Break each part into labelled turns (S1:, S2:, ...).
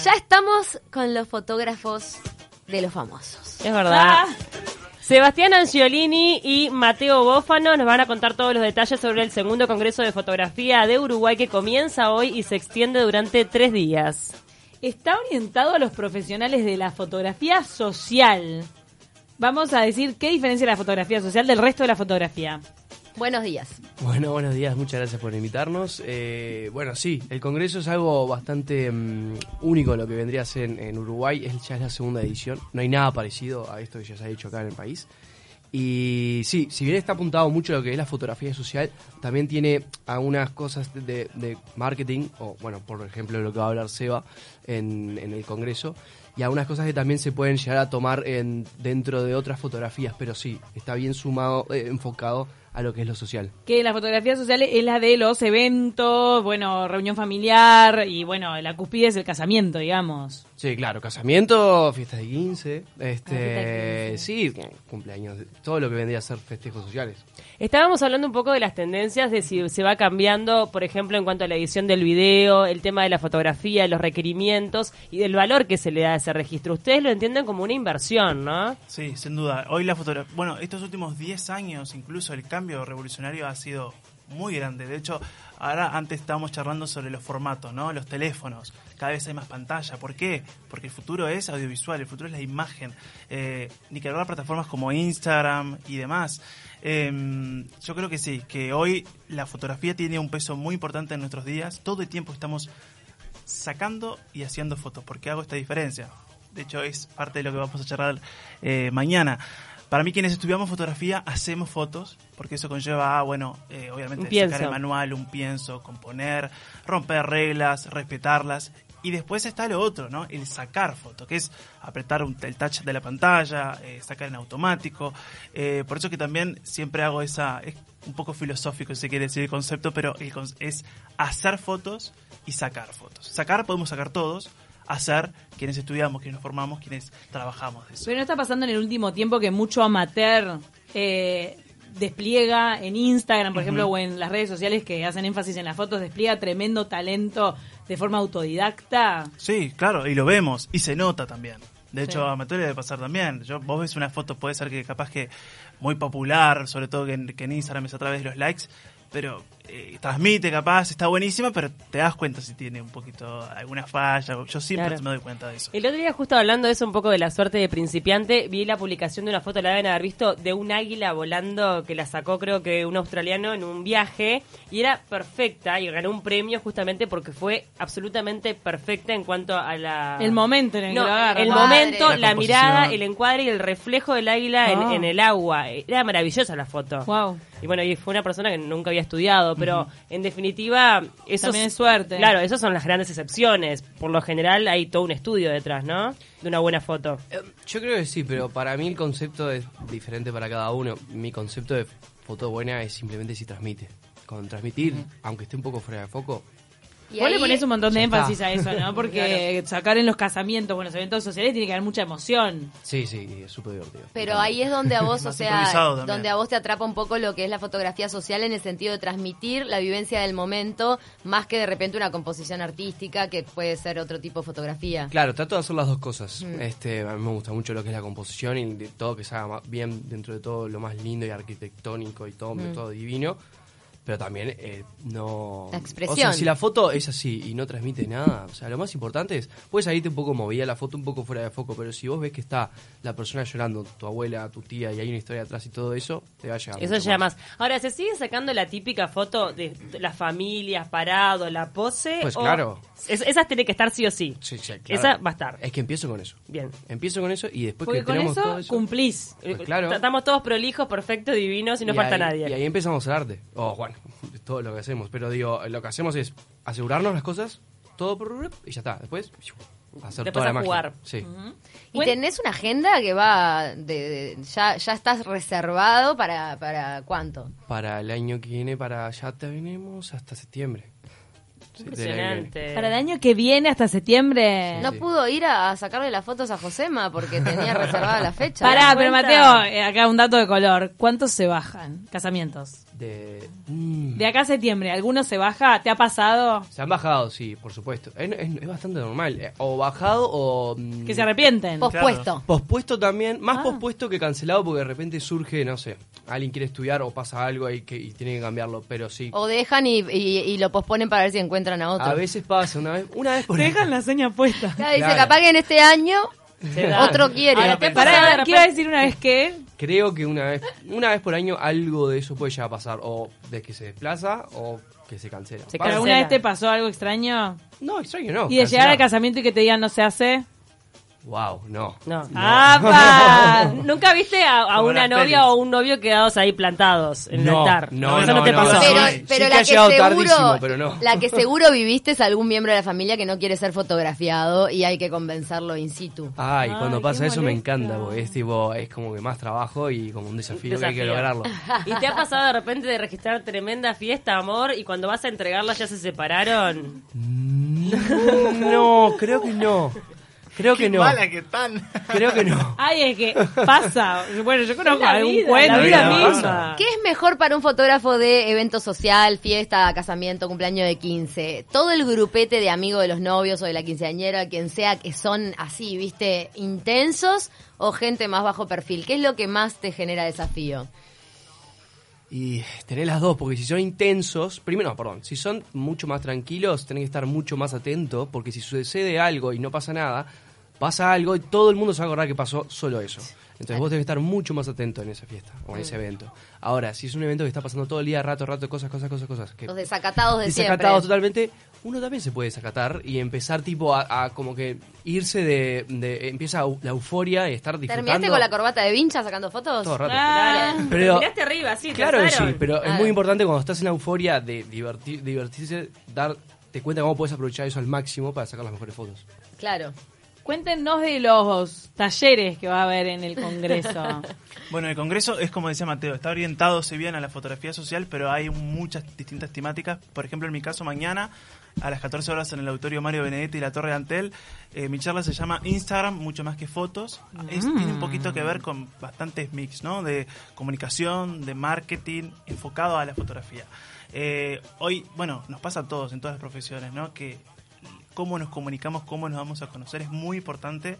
S1: Ya estamos con los fotógrafos de los famosos.
S2: Es verdad. Sebastián Angiolini y Mateo Bófano nos van a contar todos los detalles sobre el segundo Congreso de Fotografía de Uruguay que comienza hoy y se extiende durante tres días.
S3: Está orientado a los profesionales de la fotografía social. Vamos a decir qué diferencia la fotografía social del resto de la fotografía.
S1: Buenos días.
S4: Bueno, buenos días, muchas gracias por invitarnos. Eh, bueno, sí, el Congreso es algo bastante mm, único lo que vendría a ser en, en Uruguay, es, ya es la segunda edición, no hay nada parecido a esto que ya se ha hecho acá en el país. Y sí, si bien está apuntado mucho a lo que es la fotografía social, también tiene algunas cosas de, de marketing, o bueno, por ejemplo lo que va a hablar Seba en, en el Congreso, y algunas cosas que también se pueden llegar a tomar en, dentro de otras fotografías, pero sí, está bien sumado, eh, enfocado a lo que es lo social.
S3: Que la fotografía social es la de los eventos, bueno, reunión familiar y bueno, la cúspide es el casamiento, digamos.
S4: Sí, claro, casamiento, fiesta de 15, este,
S1: de 15.
S4: sí, cumpleaños, todo lo que vendría a ser festejos sociales.
S2: Estábamos hablando un poco de las tendencias, de si se va cambiando, por ejemplo, en cuanto a la edición del video, el tema de la fotografía, los requerimientos y del valor que se le da a ese registro. Ustedes lo entienden como una inversión, ¿no?
S5: Sí, sin duda. Hoy la fotografía. Bueno, estos últimos 10 años, incluso el cambio revolucionario ha sido muy grande. De hecho, ahora antes estábamos charlando sobre los formatos, ¿no? Los teléfonos. Cada vez hay más pantalla. ¿Por qué? Porque el futuro es audiovisual, el futuro es la imagen. Eh, ni que hablar de plataformas como Instagram y demás. Eh, yo creo que sí, que hoy la fotografía tiene un peso muy importante en nuestros días. Todo el tiempo estamos sacando y haciendo fotos. ¿Por qué hago esta diferencia? De hecho, es parte de lo que vamos a charlar eh, mañana. Para mí, quienes estudiamos fotografía, hacemos fotos, porque eso conlleva, ah, bueno, eh,
S2: Un
S5: obviamente
S2: pienso.
S5: sacar el manual, un pienso, componer, romper reglas, respetarlas. Y después está lo otro, ¿no? El sacar foto, que es apretar un- el touch de la pantalla, eh, sacar en automático. Eh, por eso que también siempre hago esa, es un poco filosófico, si se quiere decir el concepto, pero el con- es hacer fotos y sacar fotos. Sacar podemos sacar todos, hacer quienes estudiamos, quienes nos formamos, quienes trabajamos de eso.
S3: Pero no está pasando en el último tiempo que mucho amateur eh, despliega en Instagram, por ejemplo, o en las redes sociales que hacen énfasis en las fotos, despliega tremendo talento de forma autodidacta.
S5: Sí, claro, y lo vemos, y se nota también. De hecho,
S3: Sí.
S5: a Mateo le debe pasar también. Yo, vos ves una foto, puede ser que capaz que muy popular, sobre todo que en, que en Instagram es a través de los likes, pero eh, transmite capaz, está buenísima, pero te das cuenta si tiene un poquito alguna falla. Yo siempre
S2: Claro.
S5: me doy cuenta de eso.
S2: El otro día, justo hablando de eso, un poco de la suerte de principiante, vi la publicación de una foto, la deben haber visto, de un águila volando que la sacó, creo que un australiano en un viaje, y era perfecta y ganó un premio justamente porque fue absolutamente perfecta en cuanto a la.
S3: El momento en el
S2: Ah. No,
S3: que lo Ah. agarran.
S2: el
S1: Encuadre.
S2: momento,
S4: La
S2: la,
S4: composición.
S2: mirada, el encuadre y el reflejo del águila en,
S3: Ah.
S2: en el agua. Era maravillosa la foto.
S3: Wow.
S2: Y bueno, y fue una persona que nunca había estudiado, pero en definitiva, eso
S3: También es suerte.
S2: Claro, esas son las grandes excepciones. Por lo general hay todo un estudio detrás, ¿no? De una buena foto.
S4: Eh, Yo creo que sí, pero para mí el concepto es diferente para cada uno. Mi concepto de foto buena es simplemente si transmite. Con transmitir, aunque esté un poco fuera de foco,
S1: Y
S3: Vos
S1: ahí-
S3: le ponés un montón de
S4: Ya está.
S3: énfasis a eso, ¿no? Porque sacar en los casamientos, bueno, los eventos sociales, tiene que haber mucha emoción.
S4: sí, sí, es súper divertido.
S1: Pero ahí es donde a vos, o
S5: Más
S1: sea,
S5: improvisado también.
S1: donde a vos te atrapa un poco lo que es la fotografía social en el sentido de transmitir la vivencia del momento, más que de repente una composición artística que puede ser otro tipo de fotografía.
S4: Claro, trato de hacer las dos cosas.
S2: Mm.
S4: Este, a mí me gusta mucho lo que es la composición y de todo que se haga ma- bien dentro de todo lo más lindo y arquitectónico y todo,
S2: Mm.
S4: todo divino. Pero también eh, no...
S1: La
S4: O sea,
S1: expresión.
S4: si la foto es así y no transmite nada, o sea, lo más importante es, puede salirte un poco movida la foto, un poco fuera de foco, pero si vos ves que está la persona llorando, tu abuela, tu tía, y hay una historia atrás y todo eso, te va a llegar.
S2: Eso
S4: mucho
S2: ya más. Ahora, ¿se sigue sacando la típica foto de las familias, parado, la pose?
S4: Pues
S2: o-
S4: claro.
S2: Es- esas tiene que estar sí o sí.
S4: Sí, sí, claro.
S2: Esa va a estar.
S4: Es que empiezo con eso.
S2: Bien.
S4: Empiezo con eso y después
S3: Porque
S4: que
S3: con
S4: tenemos
S3: eso,
S4: todo eso...
S3: cumplís.
S4: Pues claro.
S2: Estamos todos prolijos, perfectos, divinos y no
S4: Y
S2: falta
S4: ahí-
S2: nadie.
S4: Y ahí empezamos el arte. Oh, bueno, todo lo que hacemos. Pero digo, lo que hacemos es asegurarnos las cosas, todo por y ya está. Después, fiu, hacer
S2: Después
S4: toda la
S2: a
S4: magia.
S2: jugar.
S4: Sí.
S1: Y tenés una agenda que va de, de- ya, ya estás reservado para, para cuánto.
S4: Para el año que viene, para allá tenemos hasta septiembre. Sí, del aire.
S2: Impresionante.
S3: Para el año que viene, hasta septiembre.
S4: Sí.
S1: No pudo ir a, a sacarle las fotos a Josema porque tenía reservada la fecha.
S3: Pará,
S2: ¿Te das
S3: pero
S2: cuenta?
S3: Mateo, eh, acá un dato de color. ¿Cuántos se bajan? Casamientos.
S4: De- Mm.
S3: De acá a septiembre, ¿alguno se baja? ¿Te ha pasado?
S4: Se han bajado, sí, por supuesto. Es, es- es bastante normal. Eh, O bajado o... mm,
S3: Que se arrepienten.
S1: Pospuesto.
S4: Pospuesto también, más
S3: Ah.
S4: pospuesto que cancelado porque de repente surge, no sé, alguien quiere estudiar o pasa algo y, que, y tiene que cambiarlo, pero sí.
S1: O dejan y, y- y lo posponen para ver si encuentran a otro.
S4: A veces pasa, una vez, una vez por
S3: Te dejan la seña puesta.
S1: Claro, dice,
S4: Claro.
S1: capaz que en este año
S2: Se da.
S1: otro quiere.
S2: Ahora,
S1: Pero
S2: pará,
S1: pensá-
S2: de
S3: Pará, quiero
S2: repente-
S3: decir una vez que
S4: Creo que una vez, una vez por año algo de eso puede llegar a pasar, o de que se desplaza o que se cancela.
S2: Se
S4: Pasa-
S2: cancela.
S3: alguna vez te pasó algo extraño
S4: No, extraño no.
S3: y de llegar al
S4: cancelar.
S3: casamiento y que te digan no se hace.
S4: Wow, no.
S2: No.
S3: ¡Apa!
S2: ¿Nunca viste a, a
S5: Como
S2: una
S5: las
S2: novia
S5: pelis.
S2: o un novio quedados ahí plantados en el
S4: No,
S2: altar?
S4: no,
S2: Eso no,
S5: no,
S2: te
S5: no,
S2: pasó.
S5: no,
S1: Pero,
S5: no.
S4: Sí
S1: pero
S4: que
S1: la,
S4: ha
S1: que
S4: llegado
S1: seguro,
S4: tardísimo, pero no.
S1: la que seguro viviste es algún miembro de la familia que no quiere ser fotografiado y hay que convencerlo in situ.
S4: Ay, cuando
S3: Ay,
S4: pasa
S3: qué
S4: eso me
S3: molesta.
S4: encanta, porque es tipo, es como que más trabajo y como un desafío, que hay que
S2: Desafío.
S4: lograrlo.
S2: ¿Y te ha pasado de repente de registrar tremenda fiesta, amor, y cuando vas a entregarla ya se separaron?
S4: Uh, No, creo que no. Creo que
S5: Qué
S4: no.
S5: mala que están.
S4: Creo que no.
S3: Ay, es que pasa. Bueno, yo conozco
S2: la
S3: algún
S2: vida,
S3: cuento.
S2: la
S5: vida
S2: misma.
S1: ¿Qué es mejor para un fotógrafo de evento social, fiesta, casamiento, cumpleaños de 15? Todo el grupete de amigos de los novios o de la quinceañera, quien sea, que son así, viste, intensos o gente más bajo perfil. ¿Qué es lo que más te genera desafío?
S4: Y tener las dos, porque si son intensos, primero, no, perdón, si son mucho más tranquilos, tenés que estar mucho más atento, porque si sucede algo y no pasa nada, pasa algo y todo el mundo se va a acordar que pasó solo eso. Entonces vos tenés que estar mucho más atento en esa fiesta o en ese
S1: Mm.
S4: evento. Ahora, si es un evento que está pasando todo el día, rato, rato, cosas, cosas, cosas, cosas, que
S1: Los desacatados de
S4: desacatado
S1: siempre.
S4: totalmente, uno también se puede desacatar y empezar tipo a, a como que irse de, de- empieza la euforia y estar disfrutando.
S1: ¿Terminaste con la corbata de vincha sacando fotos?
S4: Todo el rato.
S3: Ah,
S4: Pero-
S2: Te miraste arriba, sí, te
S4: Claro que sí,
S2: alzaron.
S4: pero es
S1: Claro.
S4: muy importante cuando estás en la euforia de divertir, divertirse, darte cuenta cómo puedes aprovechar eso al máximo para sacar las mejores fotos.
S1: Claro.
S3: Cuéntenos de los talleres que va a haber en el Congreso.
S5: Bueno, el Congreso es como decía Mateo, está orientado, si bien, a la fotografía social, pero hay muchas distintas temáticas. Por ejemplo, en mi caso, mañana, a las 14 horas en el auditorio Mario Benedetti y la Torre de Antel, eh, mi charla se llama Instagram, mucho más que fotos. Es- tiene un poquito que ver con bastantes mix, ¿no? De comunicación, de marketing, enfocado a la fotografía. Eh, hoy, bueno, nos pasa a todos, en todas las profesiones, ¿no? Que cómo nos comunicamos, cómo nos vamos a conocer, es muy importante.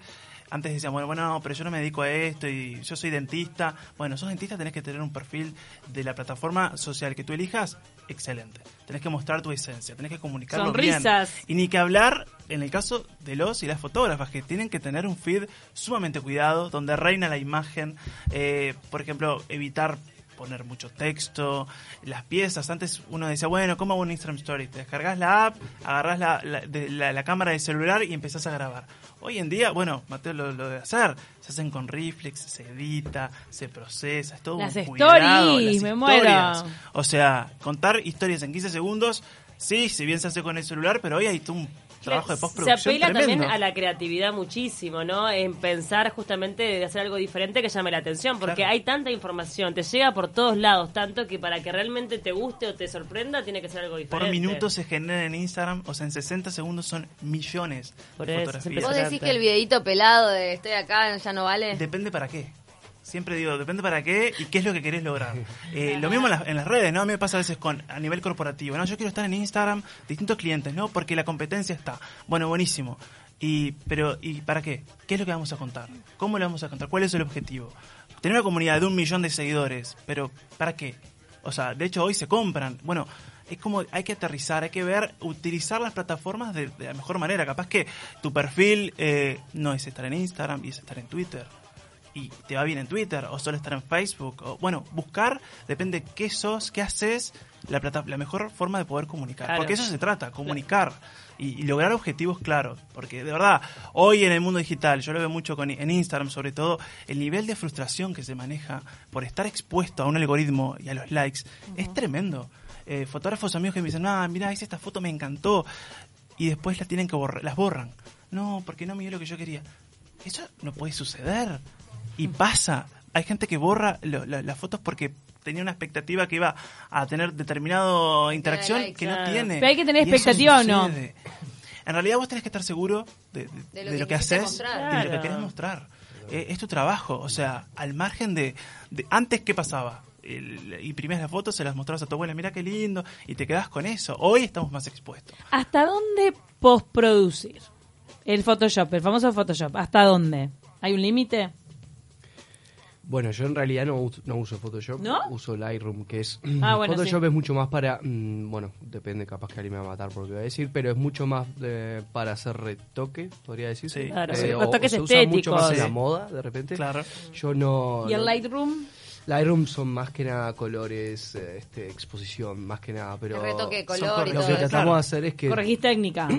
S5: Antes decían, bueno, bueno, pero yo no me dedico a esto y yo soy dentista. Bueno, sos dentista, tenés que tener un perfil de la plataforma social que tú elijas, excelente. Tenés que mostrar tu esencia, tenés que comunicarlo
S3: Sonrisas.
S5: bien. Y ni que hablar en el caso de los y las fotógrafas, que tienen que tener un feed sumamente cuidado, donde reina la imagen. Eh, por ejemplo, evitar poner mucho texto, las piezas. Antes uno decía, bueno, ¿cómo hago un Instagram Story? Te descargas la app, agarras la, la- de- la- la cámara del celular y empezás a grabar. Hoy en día, bueno, Mateo lo, lo de hacer, se hacen con reflex, se edita, se procesa, es todo
S3: Las
S5: un cuidado,
S3: stories,
S5: las
S3: me muero.
S5: historias. O sea, contar historias en 15 segundos, sí, si bien se hace con el celular, pero hoy hay todo un trabajo de
S2: Se
S5: postproducción
S2: apela también
S5: tremendo.
S2: a la creatividad muchísimo, ¿no? En pensar justamente de hacer algo diferente que llame la atención, porque
S5: Claro.
S2: hay tanta información, te llega por todos lados, tanto que para que realmente te guste o te sorprenda tiene que ser algo diferente.
S5: Por minuto se generan en Instagram, o sea, en 60 segundos son millones
S2: Por
S5: de
S2: eso,
S5: fotografías.
S1: ¿Vos
S2: Impresionante.
S1: decís que el videito pelado de estoy acá ya no vale?
S5: Depende para qué. Siempre digo, depende para qué y qué es lo que querés lograr. Eh, lo mismo en las, en las redes, ¿no? A mí me pasa a veces con, a nivel corporativo, ¿no? Yo quiero estar en Instagram, distintos clientes, ¿no? Porque la competencia está. Bueno, buenísimo. Y, pero, ¿y para qué? ¿Qué es lo que vamos a contar? ¿Cómo lo vamos a contar? ¿Cuál es el objetivo? Tener una comunidad de un millón de seguidores, pero ¿para qué? O sea, de hecho hoy se compran. Bueno, es como hay que aterrizar, hay que ver, utilizar las plataformas de, de la mejor manera. Capaz que tu perfil eh, no es estar en Instagram y es estar en Twitter y te va bien en Twitter o solo estar en Facebook. O, bueno, buscar depende qué sos, qué haces, la, plata, la mejor forma de poder comunicar.
S2: Claro.
S5: Porque eso se trata, comunicar y, y lograr objetivos claros. Porque de verdad, hoy en el mundo digital, yo lo veo mucho con, en Instagram sobre todo, el nivel de frustración que se maneja por estar expuesto a un algoritmo y a los likes es tremendo. Eh, fotógrafos amigos que me dicen, ah, mira, hice esta foto, me encantó. Y después las tienen que borrar, las borran. No, porque no me dio lo que yo quería. Eso no puede suceder. Y pasa. Hay gente que borra lo- la- las fotos porque tenía una expectativa que iba a tener determinada interacción
S1: likes,
S5: que no
S2: claro.
S5: tiene.
S3: Pero hay que tener
S5: Y eso
S3: expectativa o no.
S5: sucede. En realidad vos tenés que estar seguro de, de-
S1: De lo
S5: de
S1: que
S5: lo que
S1: quisiste
S5: haces
S1: mostrar.
S5: y de lo que
S2: Claro.
S5: querés mostrar. Eh, es tu trabajo, o sea, al margen de, de- antes qué pasaba. El- y imprimías las fotos, se las mostrabas a tu abuela, mira qué lindo, y te quedás con eso. Hoy estamos más expuestos.
S3: ¿Hasta dónde postproducir? El Photoshop, el famoso Photoshop. ¿Hasta dónde? ¿Hay un límite?
S4: Bueno, yo en realidad no, us- no uso Photoshop,
S3: ¿No?
S4: uso Lightroom, que es...
S3: Ah, bueno,
S4: Photoshop
S3: sí.
S4: es mucho más para... mm, bueno, depende, capaz que alguien me va a matar por lo que voy a decir, pero es mucho más de- para hacer retoque, podría decirse.
S5: Sí. Claro,
S2: sí,
S4: o-
S2: retoques
S4: se usa mucho más en
S2: estéticos.
S4: la moda, de repente.
S5: Claro.
S4: Yo no...
S3: ¿Y el
S4: no-
S3: Lightroom?
S4: Lightroom son más que nada colores, eh, este, exposición, más que nada, pero...
S1: El retoque de
S4: son
S1: color y
S4: Lo
S1: todo
S4: que
S1: eso.
S4: tratamos
S5: Claro.
S4: de hacer es que...
S3: Corregís técnica.
S4: Sí.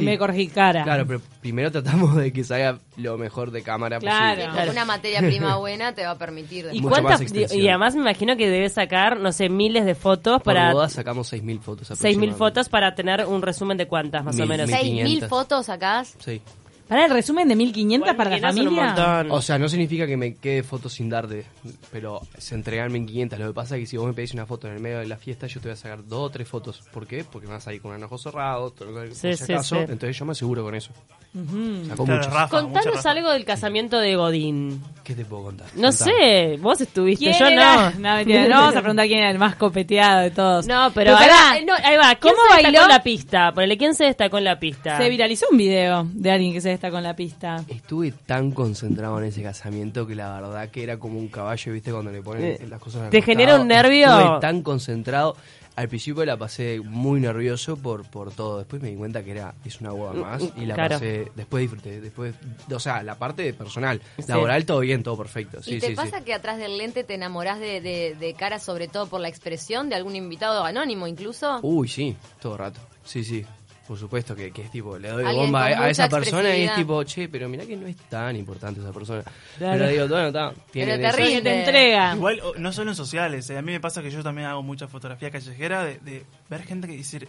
S3: En vez de corregir cara.
S4: Claro, pero primero tratamos de que salga lo mejor de cámara
S3: Claro.
S4: posible.
S1: Con Una materia prima buena te va a permitir.
S2: ¿Y,
S4: Mucho
S2: cuántas,
S4: más extensión.
S2: y además me imagino que debes sacar, no sé, miles de fotos
S4: Por
S2: para...
S4: boda sacamos 6.000 fotos
S2: 6.000
S4: aproximadamente.
S2: fotos para tener un resumen de cuántas, más o
S4: Mil,
S2: menos.
S4: mil.
S1: 6.000
S4: 1500.
S1: fotos sacás.
S4: Sí.
S3: Para el resumen de 1500 para la
S2: Igual, son un
S3: familia.
S2: montón.
S4: O sea, no significa que me quede fotos sin darte, pero se entregan 1500. Lo que pasa es que si vos me pedís una foto en el medio de la fiesta, yo te voy a sacar dos o tres fotos. ¿por qué? Porque me vas a ir con un ojo cerrado, todo lo que-
S2: Sí,
S4: por
S2: sí,
S4: si acaso.
S2: sí.
S4: Entonces yo me aseguro con eso. Saco
S5: Claro,
S4: muchas.
S5: Rafa, mucha
S2: Contanos
S5: Rafa.
S2: algo del casamiento de Godín.
S4: ¿Qué te puedo contar?
S2: No
S4: Contame.
S2: sé, vos estuviste,
S3: ¿Quién
S2: yo
S3: era?
S2: no.
S3: No, mentira, no vamos a preguntar quién era el más copeteado de todos.
S2: No, pero ahí
S3: pará,
S2: va, eh, no, ahí va. ¿Cómo
S3: ¿Cómo
S2: bailó
S3: bailó?
S2: en la pista? Ponele, ¿quién se destacó en la pista?
S3: se viralizó un video de alguien que se destacó en la pista.
S4: Estuve tan concentrado en ese casamiento que la verdad que era como un caballo, ¿viste? Cuando le ponen
S2: Eh,
S4: las cosas al
S2: ¿te
S4: costado.
S2: genera un nervio?
S4: Estuve tan concentrado. Al principio la pasé muy nervioso por, por todo. Después me di cuenta que era es una boda más y la
S2: Claro.
S4: pasé. Después disfruté. después O sea, la parte de personal. Laboral, todo bien, todo perfecto. Sí,
S1: ¿Y te
S4: sí,
S1: pasa
S4: sí.
S1: que atrás del lente te enamorás de, de, de cara, sobre todo por la expresión de algún invitado anónimo incluso?
S4: Uy, sí, todo rato. Sí, sí. Por supuesto que, que es tipo, le doy
S1: Alguien
S4: bomba
S1: con
S4: a, a
S1: mucha
S4: esa persona y es
S1: expresividad.
S4: tipo, che, pero mirá que no es tan importante esa persona.
S2: Claro.
S4: Pero digo, bueno, está. tienen
S1: te
S4: esa-
S1: ríes.
S3: Que te
S1: Ah.
S3: entrega.
S5: Igual, o- no solo en sociales, eh, a mí me pasa que yo también hago mucha fotografía callejera de, de ver gente que decir.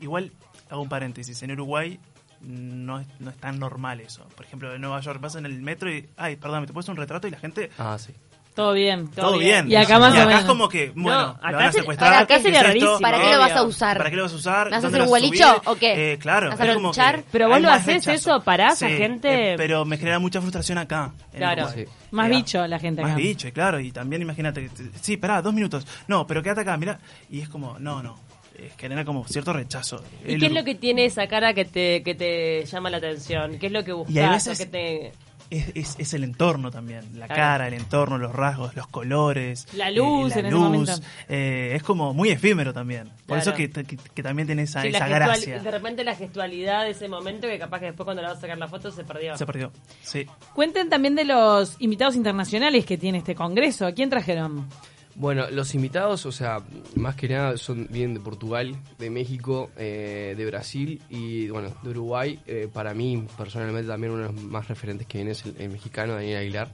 S5: Igual, hago un paréntesis, en Uruguay no es, no es tan normal eso. Por ejemplo, en Nueva York vas en el metro y. Ay, perdón, te pones un retrato y la gente.
S4: Ah, sí.
S3: Todo bien.
S5: Todo bien.
S3: Y acá más o menos.
S5: es como que, bueno,
S2: acá
S5: lo van a
S2: se-
S5: secuestrar.
S1: para acá
S5: ¿qué
S1: sería
S5: es esto?
S2: rarísimo.
S1: ¿Para qué lo vas a usar?
S5: ¿Para qué lo vas a usar?
S1: ¿Vas a
S5: ¿Dónde
S1: hacer
S5: lo
S1: un
S5: vas a
S1: guelicho
S5: subir?
S1: o qué?
S5: Eh, claro.
S1: ¿Vas a
S5: es como
S1: lonchar?
S5: que
S2: Pero vos
S5: hay
S2: lo
S5: más
S2: haces
S5: rechazo.
S2: eso, parás a
S5: Sí,
S2: gente.
S5: eh, pero me genera mucha frustración acá. en
S2: Claro.
S5: Uruguay.
S4: Sí.
S3: Más
S5: Mirá.
S3: bicho la gente acá.
S5: Más dicho, y claro, y también imagínate, que te- sí, pará, dos minutos. No, pero quédate acá, mirá. Y es como, no, no. Es que genera como cierto rechazo.
S2: ¿Y
S5: El-
S2: qué es lo que tiene esa cara que te, que te llama la atención? ¿Qué es lo que buscas?
S5: Y hay veces-
S2: o que te-
S5: Es, es- es el entorno también, la
S2: Claro.
S5: cara, el entorno, los rasgos, los colores.
S3: La luz en ese momento.
S5: eh, es como muy efímero también. Por eso
S2: Claro.
S5: que, que- que también tiene esa,
S2: Sí, la
S5: esa
S2: gestual-
S5: gracia.
S2: De repente la gestualidad de ese momento que capaz que después cuando la vas a sacar la foto se perdió.
S5: Se perdió. Sí.
S3: Cuenten también de los invitados internacionales que tiene este congreso. ¿A quién trajeron?
S4: Bueno, los invitados, o sea, más que nada son vienen de Portugal, de México, eh, de Brasil y bueno, de Uruguay. Eh, para mí, personalmente, también uno de los más referentes que viene es el, el mexicano Daniel Aguilar,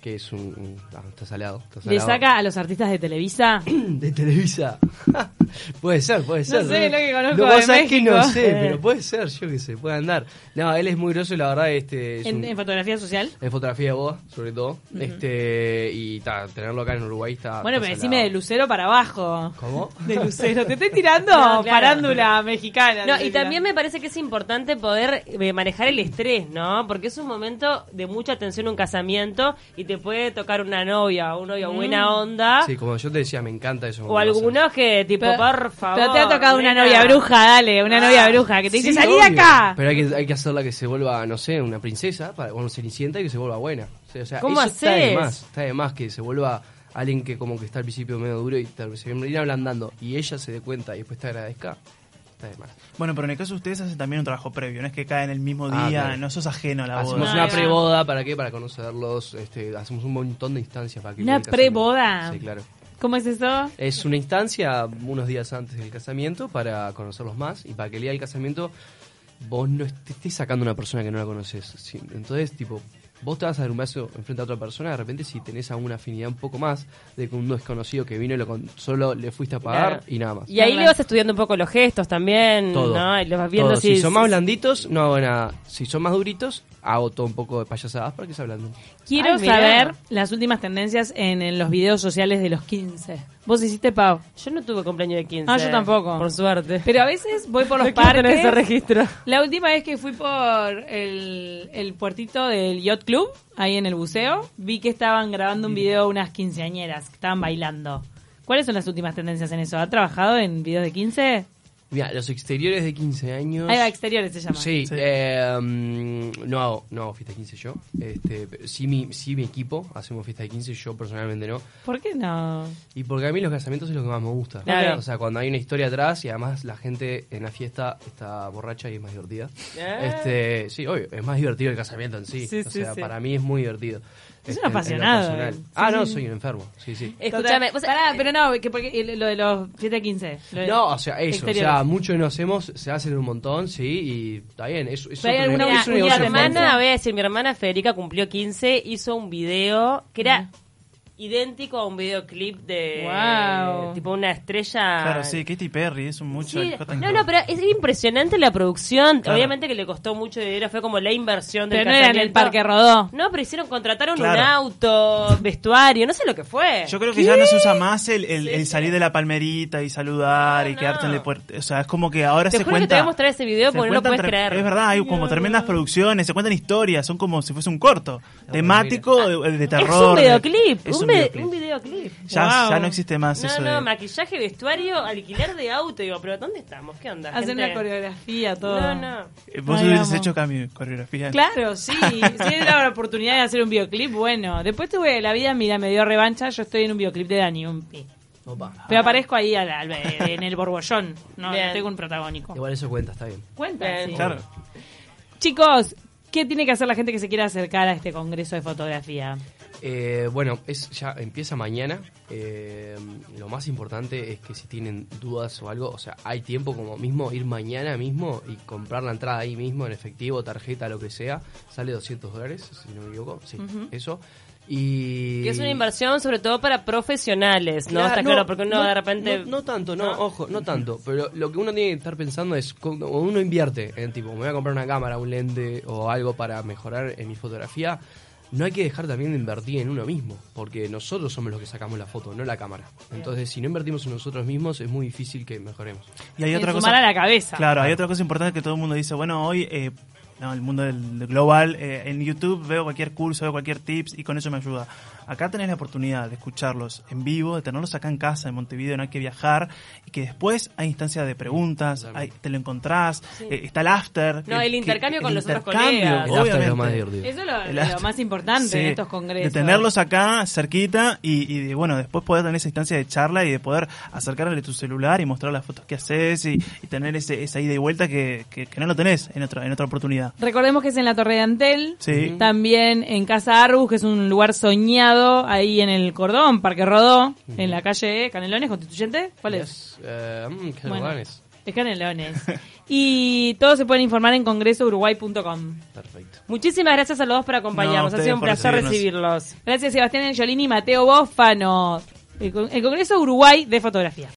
S4: que es un, un- ah, está salado, está
S3: ¿Le
S4: salado.
S3: saca a los artistas de Televisa?
S4: de Televisa. puede ser, puede ser.
S3: sé, lo que conozco
S4: vos
S3: de
S4: sabés que no
S3: México. Eh.
S4: sé, pero puede ser, yo qué sé, puede andar. No, él es muy groso, y la verdad, este es
S3: ¿En,
S4: un- Ah,
S3: en fotografía social?
S4: en fotografía de boda, sobre todo. Este y ta, tenerlo acá en Uruguay está
S3: Bueno,
S4: está
S3: pero
S4: salado.
S3: decime de Lucero para abajo.
S4: ¿Cómo?
S3: De Lucero. Te estoy tirando
S2: No, claro.
S3: parándula mexicana.
S2: No,
S3: te
S2: y
S3: estoy
S2: también me parece que es importante poder eh, manejar el estrés, ¿no? Porque es un momento de mucha tensión un casamiento y te puede tocar una novia, un
S3: Mm.
S2: novio buena
S3: Ah.
S2: onda
S4: Sí, como yo te decía, me encanta eso.
S2: o algunos que tipo,
S3: Pero-
S2: por favor.
S3: Pero te ha tocado una
S2: nena.
S3: novia bruja, dale, una
S2: Ah,
S3: novia bruja que te dice
S4: Sí,
S3: salí de
S4: obvio.
S3: acá.
S4: Pero hay que, hay que hacerla que se vuelva, no sé, una princesa, para, o una cenicienta y que se vuelva buena. O sea, o sea,
S2: ¿Cómo
S4: eso Está de
S2: haces?
S4: más, está de más que se vuelva alguien que como que está al principio medio duro y tal vez se viene ablandando y ella se dé cuenta y después te agradezca. Está de más.
S5: Bueno, pero en el caso de ustedes hacen también un trabajo previo, no es que caen el mismo
S4: Ah,
S5: día,
S4: claro.
S5: no sos ajeno a la
S4: Hacemos
S5: boda.
S4: una
S3: Ahí va.
S4: preboda, ¿para qué? Para conocerlos, este, hacemos un montón de instancias para que...
S3: ¿Una
S4: el casamiento-
S3: preboda?
S4: Sí, claro.
S3: ¿Cómo es eso?
S4: Es una instancia unos días antes del casamiento para conocerlos más y para que el día del casamiento vos no est- estés sacando a una persona que no la conoces. Sí, Entonces, tipo, vos te vas a dar un beso enfrente a otra persona, de repente si tenés alguna afinidad un poco más de que un desconocido que vino y lo con- solo le fuiste a pagar
S2: Claro.
S4: y nada más.
S2: Y ahí le vas estudiando un poco los gestos también,
S4: Todo.
S2: ¿no? Y los vas viendo
S4: Todo.
S2: si,
S4: Si, son más blanditos, no hago nada. Si son más duritos, hago todo un poco de payasadas para que se ablanden.
S3: Quiero
S2: Ay, mirá.
S3: saber las últimas tendencias en, en los videos sociales de los 15. Vos hiciste, Pau.
S2: Yo no tuve cumpleaños de 15.
S3: Ah, yo tampoco.
S2: Por suerte.
S3: Pero a veces voy por los
S2: No quiero
S3: parques.
S2: tener ese registro.
S3: La última vez que fui por el, el puertito del Yacht Club, ahí en el buceo, vi que estaban grabando un video unas quinceañeras que estaban bailando. ¿Cuáles son las últimas tendencias en eso? ¿Ha trabajado en videos de 15?
S4: Mira, los exteriores de 15 años.
S3: Ahí va, exteriores se llama.
S4: Sí,
S5: Sí.
S4: eh, mm, no hago, no hago fiesta de 15 yo. Este, pero sí, mi, sí mi equipo hacemos fiesta de 15, yo personalmente no.
S3: ¿Por qué no?
S4: Y porque a mí los casamientos es lo que más me gusta.
S2: Claro.
S4: O sea, cuando hay una historia atrás y además la gente en la fiesta está borracha y es más divertida.
S2: Ah.
S4: Este, sí, obvio, es más divertido el casamiento en sí.
S3: Eh. Sí,
S4: o
S3: sí,
S4: sea,
S3: sí.
S4: para mí es muy divertido.
S3: Es
S4: Este,
S3: un
S4: en- en lo
S3: apasionado,
S4: personal.
S3: eh.
S4: ah,
S3: Sí,
S4: no,
S3: sí. Eh,
S4: soy un enfermo. Sí, sí.
S2: Escúchame,
S3: Total,
S2: vos-
S3: pará, pero no, que porque y lo de los fiesta de 15. lo de-
S4: No, o sea, eso. O
S3: exteriores.
S4: sea, muchos no hacemos, se hacen un montón, sí, y está bien. Es, es
S3: Pero hay
S4: otro
S3: alguna-
S4: negocio, es un
S3: una
S4: negocio
S2: Mi hermana,
S3: Florencia.
S2: voy a decir, mi hermana Federica cumplió 15, hizo un video que era idéntico a un videoclip de
S3: Guau.
S2: tipo una estrella.
S5: Claro, sí, Katy Perry, es un mucho.
S2: Sí,
S5: el Cotton
S2: no,
S5: Club.
S2: no, pero es impresionante la producción.
S5: Claro.
S2: Obviamente que le costó mucho dinero, fue como la inversión del
S3: Pero no era en el
S2: casamiento.
S3: Parque Rodó.
S2: No, pero hicieron, contrataron un
S5: Claro.
S2: auto, vestuario, no sé lo que fue.
S5: Yo creo que ya no se usa más el, el- el salir de la palmerita y saludar y
S2: No,
S5: quedarte en
S2: no.
S5: el puerto. O sea, es como que ahora
S2: te
S5: se
S2: juro que
S5: cuenta.
S2: te voy a mostrar ese video
S5: se
S2: porque no lo
S5: cuentan
S2: puedes
S5: tre-
S2: creer.
S5: Es verdad, hay como tremendas producciones, se cuentan historias, son como si fuese un corto, temático, de, de terror.
S2: es un
S5: de-
S2: videoclip,
S5: es
S2: un,
S5: un
S2: ve-
S5: videoclip.
S2: un videoclip.
S5: Ya,
S2: Wow.
S5: ya no existe más
S2: No,
S5: eso.
S2: no,
S5: de-
S2: maquillaje, vestuario, alquiler de auto. Digo, pero ¿dónde estamos? ¿Qué onda?
S3: Hacen
S2: gente?
S3: una coreografía, todo.
S2: No, no.
S5: Eh, Vos
S3: Ay,
S5: hubieses
S3: amo.
S5: hecho cambio, coreografía.
S3: Claro, sí. Si es la oportunidad de hacer un videoclip, bueno. Después tuve la vida, mira, me dio revancha. Yo estoy en un videoclip de Dani Umpi.
S4: Opa.
S3: Pero aparezco ahí al- al- eh, en el borbollón. No, no
S2: Bien.
S3: tengo un protagónico.
S4: Igual eso cuenta, está bien.
S3: Cuenta.
S2: Bien.
S3: sí.
S5: Claro.
S3: Chicos, ¿qué tiene que hacer la gente que se quiera acercar a este congreso de fotografía?
S4: Eh, bueno, es, ya empieza mañana. Eh, lo más importante es que si tienen dudas o algo, o sea, hay tiempo como mismo ir mañana mismo y comprar la entrada ahí mismo en efectivo, tarjeta, lo que sea. Sale 200 dólares, si no me equivoco. Sí, eso. Y...
S2: Que es una inversión sobre todo para profesionales, ¿no? Está claro, porque uno
S4: no,
S2: de repente... Ah.
S4: No, no tanto, no, ojo, no tanto. Pero lo que uno tiene que estar pensando es cuando uno invierte en tipo, me voy a comprar una cámara, un lente o algo para mejorar en mi fotografía. No hay que dejar también de invertir en uno mismo, porque nosotros somos los que sacamos la foto, no la cámara. Entonces, si no invertimos en nosotros mismos, es muy difícil que mejoremos.
S5: Y hay
S3: En
S5: otra
S3: su
S5: cosa.
S3: mano a la cabeza.
S5: Claro, hay otra cosa importante que todo el mundo dice, bueno, hoy, eh, no, el mundo del, del global, eh, en YouTube veo cualquier curso, veo cualquier tips y con eso me ayuda. Acá tenés la oportunidad de escucharlos en vivo, de tenerlos acá en casa, en Montevideo, no hay que viajar, y que después hay instancias de preguntas, hay- te lo encontrás, eh, está el after.
S2: No, el
S5: que-
S2: intercambio con los otros
S5: intercambio,
S2: colegas.
S4: El after es lo
S5: obviamente.
S4: más divertido.
S3: Eso es lo,
S5: El
S3: lo
S5: ast-
S3: más importante
S5: Sí,
S3: de estos congresos.
S5: De tenerlos acá cerquita y, y de, bueno, después poder tener esa instancia de charla y de poder acercarle tu celular y mostrar las fotos que haces y, y tener ese, esa ida y vuelta que, que- que no lo tenés en otra, en otra oportunidad.
S3: Recordemos que es en la Torre de Antel.
S5: Sí.
S3: También en Casa Arbus, que es un lugar soñado ahí en el Cordón, Parque Rodó, en la calle Canelones, Constituyente. ¿Cuál es?
S4: Yes, eh, mm, qué
S3: Bueno,
S4: lugares.
S3: es Canelones. y todos se pueden informar en congresouruguay.com.
S4: Perfecto.
S2: Muchísimas gracias a los dos por
S5: No, a
S2: acompañarnos. ha
S5: ustedes
S2: sido un
S5: por
S2: placer
S5: recibirnos.
S2: recibirlos.
S3: Gracias Sebastián Angiolini y Mateo Bófano. El, con- el Congreso Uruguay de Fotografía.